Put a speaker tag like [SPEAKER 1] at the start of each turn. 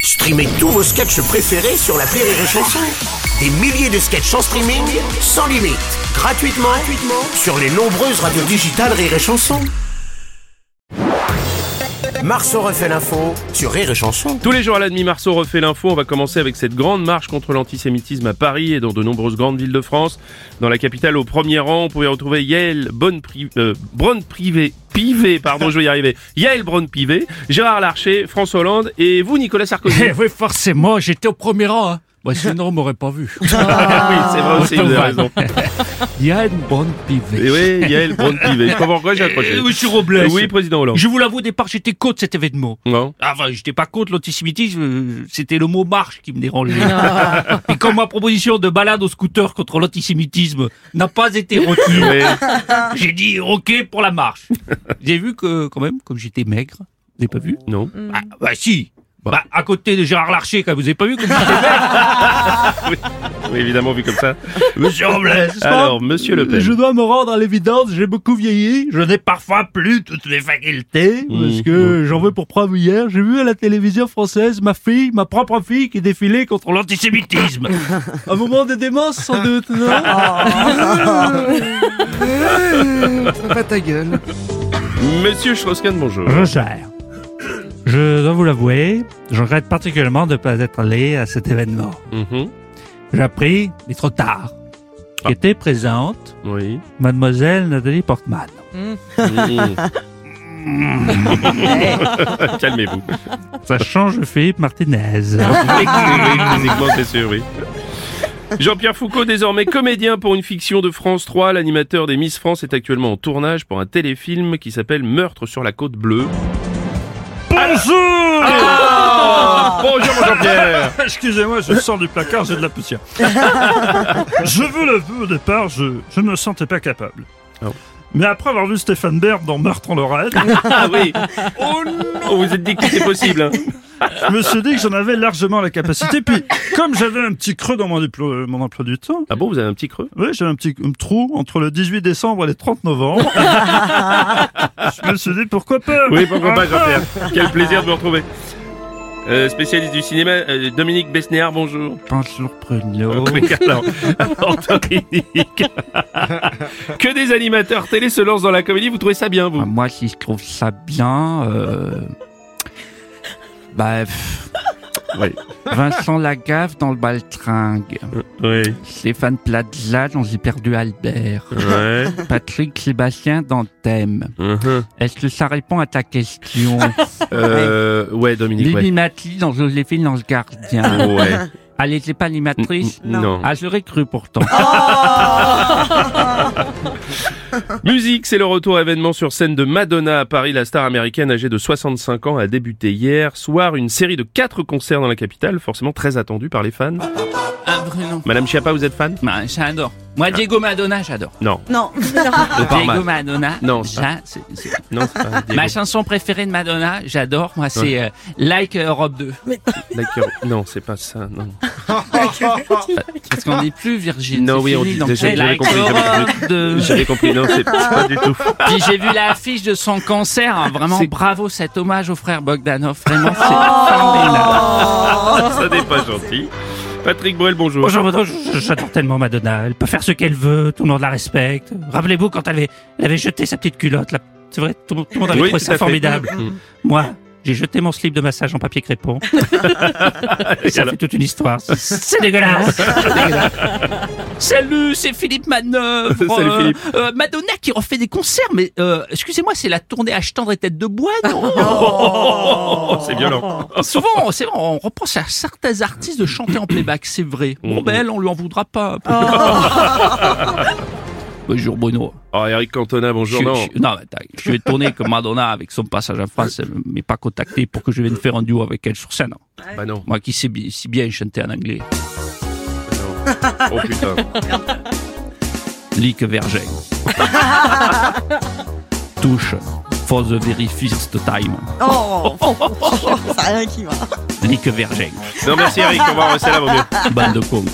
[SPEAKER 1] Streamez tous vos sketchs préférés sur la Rire et Chanson. Des milliers de sketchs en streaming, sans limite, gratuitement, gratuitement sur les nombreuses radios digitales Rire et Chanson. Marceau refait l'info sur Rire et Chanson.
[SPEAKER 2] Tous les jours à la demi-marceau refait l'info. On va commencer avec cette grande marche contre l'antisémitisme à Paris et dans de nombreuses grandes villes de France. Dans la capitale, au premier rang, on pouvait retrouver Yael Bonne Pri- euh, Braun Privé. Pivet, pardon, je vais y arriver. Yael Braun Pivet, Gérard Larcher, François Hollande et vous, Nicolas Sarkozy.
[SPEAKER 3] Eh oui, forcément, j'étais au premier rang. Hein. Bah, sinon, on m'aurait pas vu.
[SPEAKER 2] oui, c'est vrai aussi, vous avez raison.
[SPEAKER 3] Il y a une bonne
[SPEAKER 2] Et
[SPEAKER 3] pivée.
[SPEAKER 2] Eh oui, Yael Braun Pivet. Je comprends pourquoi j'ai accroché.
[SPEAKER 3] Euh, Monsieur Robles.
[SPEAKER 2] Oui, président Hollande.
[SPEAKER 3] Je vous l'avoue, au départ, j'étais contre cet événement.
[SPEAKER 2] Non.
[SPEAKER 3] Ah, Enfin, j'étais pas contre l'antisémitisme, euh, c'était le mot marche qui me dérangeait. Et comme ma proposition de balade au scooter contre l'antisémitisme n'a pas été retenue,
[SPEAKER 2] Oui.
[SPEAKER 3] j'ai dit ok pour la marche. J'ai vu que, quand même, comme j'étais maigre, vous n'avez pas vu
[SPEAKER 2] Non.
[SPEAKER 3] Ah, bah si bah, à côté de Gérard Larcher, quand même, vous avez pas vu comme j'étais maigre
[SPEAKER 2] Oui, évidemment, vu comme ça.
[SPEAKER 3] Monsieur Robles.
[SPEAKER 2] Alors, monsieur Le Pen.
[SPEAKER 3] Je dois me rendre à l'évidence, j'ai beaucoup vieilli, je n'ai parfois plus toutes mes facultés, parce que j'en veux pour preuve hier, j'ai vu à la télévision française ma fille, ma propre fille, qui défilait contre l'antisémitisme. Un moment de démence, sans doute, non
[SPEAKER 2] Monsieur Strauss-Kahn, bonjour.
[SPEAKER 3] Cher. Je dois vous l'avouer, je regrette particulièrement de ne pas être allé à cet événement.
[SPEAKER 2] Mhm.
[SPEAKER 3] J'ai appris, mais trop tard,
[SPEAKER 2] Ah.
[SPEAKER 3] qu'était présente
[SPEAKER 2] Oui.
[SPEAKER 3] mademoiselle Nathalie Portman.
[SPEAKER 2] Calmez-vous.
[SPEAKER 3] Ça change Philippe Martinez.
[SPEAKER 2] Ah. Oui, physiquement, c'est sûr, oui. Jean-Pierre Foucault, désormais comédien pour une fiction de France 3, l'animateur des Miss France est actuellement en tournage pour un téléfilm qui s'appelle Meurtre sur la côte bleue.
[SPEAKER 4] Bonjour
[SPEAKER 2] Bonjour mon Jean-Pierre
[SPEAKER 4] Excusez-moi, je sors du placard, j'ai de la poussière. je veux le au départ, je, je ne me sentais pas capable.
[SPEAKER 2] Oh.
[SPEAKER 4] Mais après avoir vu Stéphane Bern dans Meurtre en Lorraine,
[SPEAKER 2] Ah oui Oh non Vous vous êtes dit que c'était possible. hein.
[SPEAKER 4] je me suis dit que j'en avais largement la capacité. Puis, comme j'avais un petit creux dans mon, diplo- mon emploi du temps,
[SPEAKER 2] Ah bon, vous avez un petit creux
[SPEAKER 4] oui, j'avais un petit un trou entre le 18 décembre et le 30 novembre. je me suis dit, pourquoi pas
[SPEAKER 2] Oui, pourquoi pas
[SPEAKER 4] Enfin.
[SPEAKER 2] Jean-Pierre Quel plaisir de vous retrouver Euh, spécialiste du cinéma, euh, Dominique Besnéard, bonjour.
[SPEAKER 3] Bonjour Pruno.
[SPEAKER 2] Oui, alors, alors, Dominique. que des animateurs télé se lancent dans la comédie, vous trouvez ça bien, vous
[SPEAKER 3] Moi, si je trouve ça bien, euh... bah, pff,
[SPEAKER 2] Oui.
[SPEAKER 3] Vincent Lagaffe dans le baltringue,
[SPEAKER 2] Oui.
[SPEAKER 3] Stéphane Plaza dans J'ai perdu Albert,
[SPEAKER 2] Ouais.
[SPEAKER 3] Patrick Sébastien dans Thème.
[SPEAKER 2] Mhm.
[SPEAKER 3] Est-ce que ça répond à ta question
[SPEAKER 2] Euh, ouais, Dominique, Ah, ouais.
[SPEAKER 3] Lily Matly dans Joséphine dans le gardien.
[SPEAKER 2] Ouais.
[SPEAKER 3] Allez, c'est pas l'animatrice
[SPEAKER 2] Non.
[SPEAKER 3] Ah, j'aurais cru pourtant.
[SPEAKER 2] Musique, c'est le retour événement sur scène de Madonna à Paris. La star américaine âgée de 65 ans a débuté hier soir une série de quatre concerts dans la capitale, forcément très attendue par les fans.
[SPEAKER 3] Ah, vraiment
[SPEAKER 2] Madame Chiappa, vous êtes fan
[SPEAKER 3] Bah, J'adore. Moi, Diego Madonna, j'adore.
[SPEAKER 2] Non.
[SPEAKER 5] Non.
[SPEAKER 2] Ah. De
[SPEAKER 3] Diego
[SPEAKER 2] Parma.
[SPEAKER 3] Madonna,
[SPEAKER 2] Non,
[SPEAKER 3] ça, c'est- c'est-
[SPEAKER 2] Non, c'est pas Diego.
[SPEAKER 3] Ma chanson préférée de Madonna, j'adore, moi, c'est euh, Like Europe 2.
[SPEAKER 2] D'accord. Non, c'est pas ça. Non.
[SPEAKER 3] Parce qu'on n'est plus Virgin.
[SPEAKER 2] Non,
[SPEAKER 3] c'est
[SPEAKER 2] oui, on
[SPEAKER 3] fini,
[SPEAKER 2] dit-
[SPEAKER 3] donc
[SPEAKER 2] j'ai-
[SPEAKER 3] c'est
[SPEAKER 2] j'avais
[SPEAKER 3] Like
[SPEAKER 2] compris, j'avais
[SPEAKER 3] Europe 2.
[SPEAKER 2] J'avais compris. Non, c'est pas du tout.
[SPEAKER 3] Puis j'ai vu l'affiche de son cancer. hein, Vraiment,
[SPEAKER 2] C'est-
[SPEAKER 3] bravo cet hommage au frère Bogdanov. Vraiment, c'est formidable.
[SPEAKER 2] Ça n'est pas gentil. Patrick Bruel, bonjour.
[SPEAKER 6] Bonjour, madame, je- je- j'adore tellement Madonna. Elle peut faire ce qu'elle veut, tout le monde la respecte. Rappelez-vous quand elle avait, elle avait jeté sa petite culotte, là. C'est vrai, tout, tout le monde avait
[SPEAKER 2] Oui,
[SPEAKER 6] trouvé
[SPEAKER 2] tout à fait.
[SPEAKER 6] ça
[SPEAKER 2] Mm,
[SPEAKER 6] formidable. Moi, j'ai jeté mon slip de massage en papier crépon. Et ça
[SPEAKER 2] alors
[SPEAKER 6] fait toute une histoire. C'est- C'est dégueulasse.
[SPEAKER 3] Salut, c'est Philippe Manœuvre.
[SPEAKER 2] Salut,
[SPEAKER 3] Euh,
[SPEAKER 2] Philippe.
[SPEAKER 3] euh, Madonna qui refait des concerts, mais euh, excusez-moi, c'est la tournée H tendre et tête de bois, non
[SPEAKER 2] Oh, c'est violent.
[SPEAKER 3] Souvent, c'est vrai, on reproche à certains artistes de chanter en playback, c'est vrai. Bon,
[SPEAKER 2] Mm.
[SPEAKER 3] ben elle, on lui en voudra pas. Bonjour Bruno.
[SPEAKER 2] Oh, Eric Cantona, bonjour.
[SPEAKER 3] Je-
[SPEAKER 2] Non.
[SPEAKER 3] je- non, mais attends, je vais tourner comme Madonna avec son passage en France, elle m'est pas contacté pour que je vienne faire un duo avec elle sur scène.
[SPEAKER 2] Bah non.
[SPEAKER 3] Moi qui sais bi- si bien chanter en anglais.
[SPEAKER 2] Oh putain.
[SPEAKER 3] Lick Vergin. Touche. For the very first time.
[SPEAKER 5] Oh, ça a rien qui va.
[SPEAKER 3] Lick Vergin.
[SPEAKER 2] Non, merci Eric. On va en rester là, vaut mieux.
[SPEAKER 3] Bande de cons.